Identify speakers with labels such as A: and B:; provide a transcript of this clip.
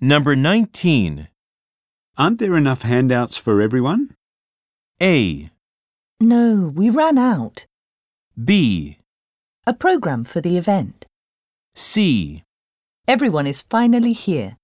A: Number 19.
B: Aren't there enough handouts for everyone?
A: A.
C: No, we ran out.
A: B.
C: A program for the event.
A: C.
C: Everyone is finally here.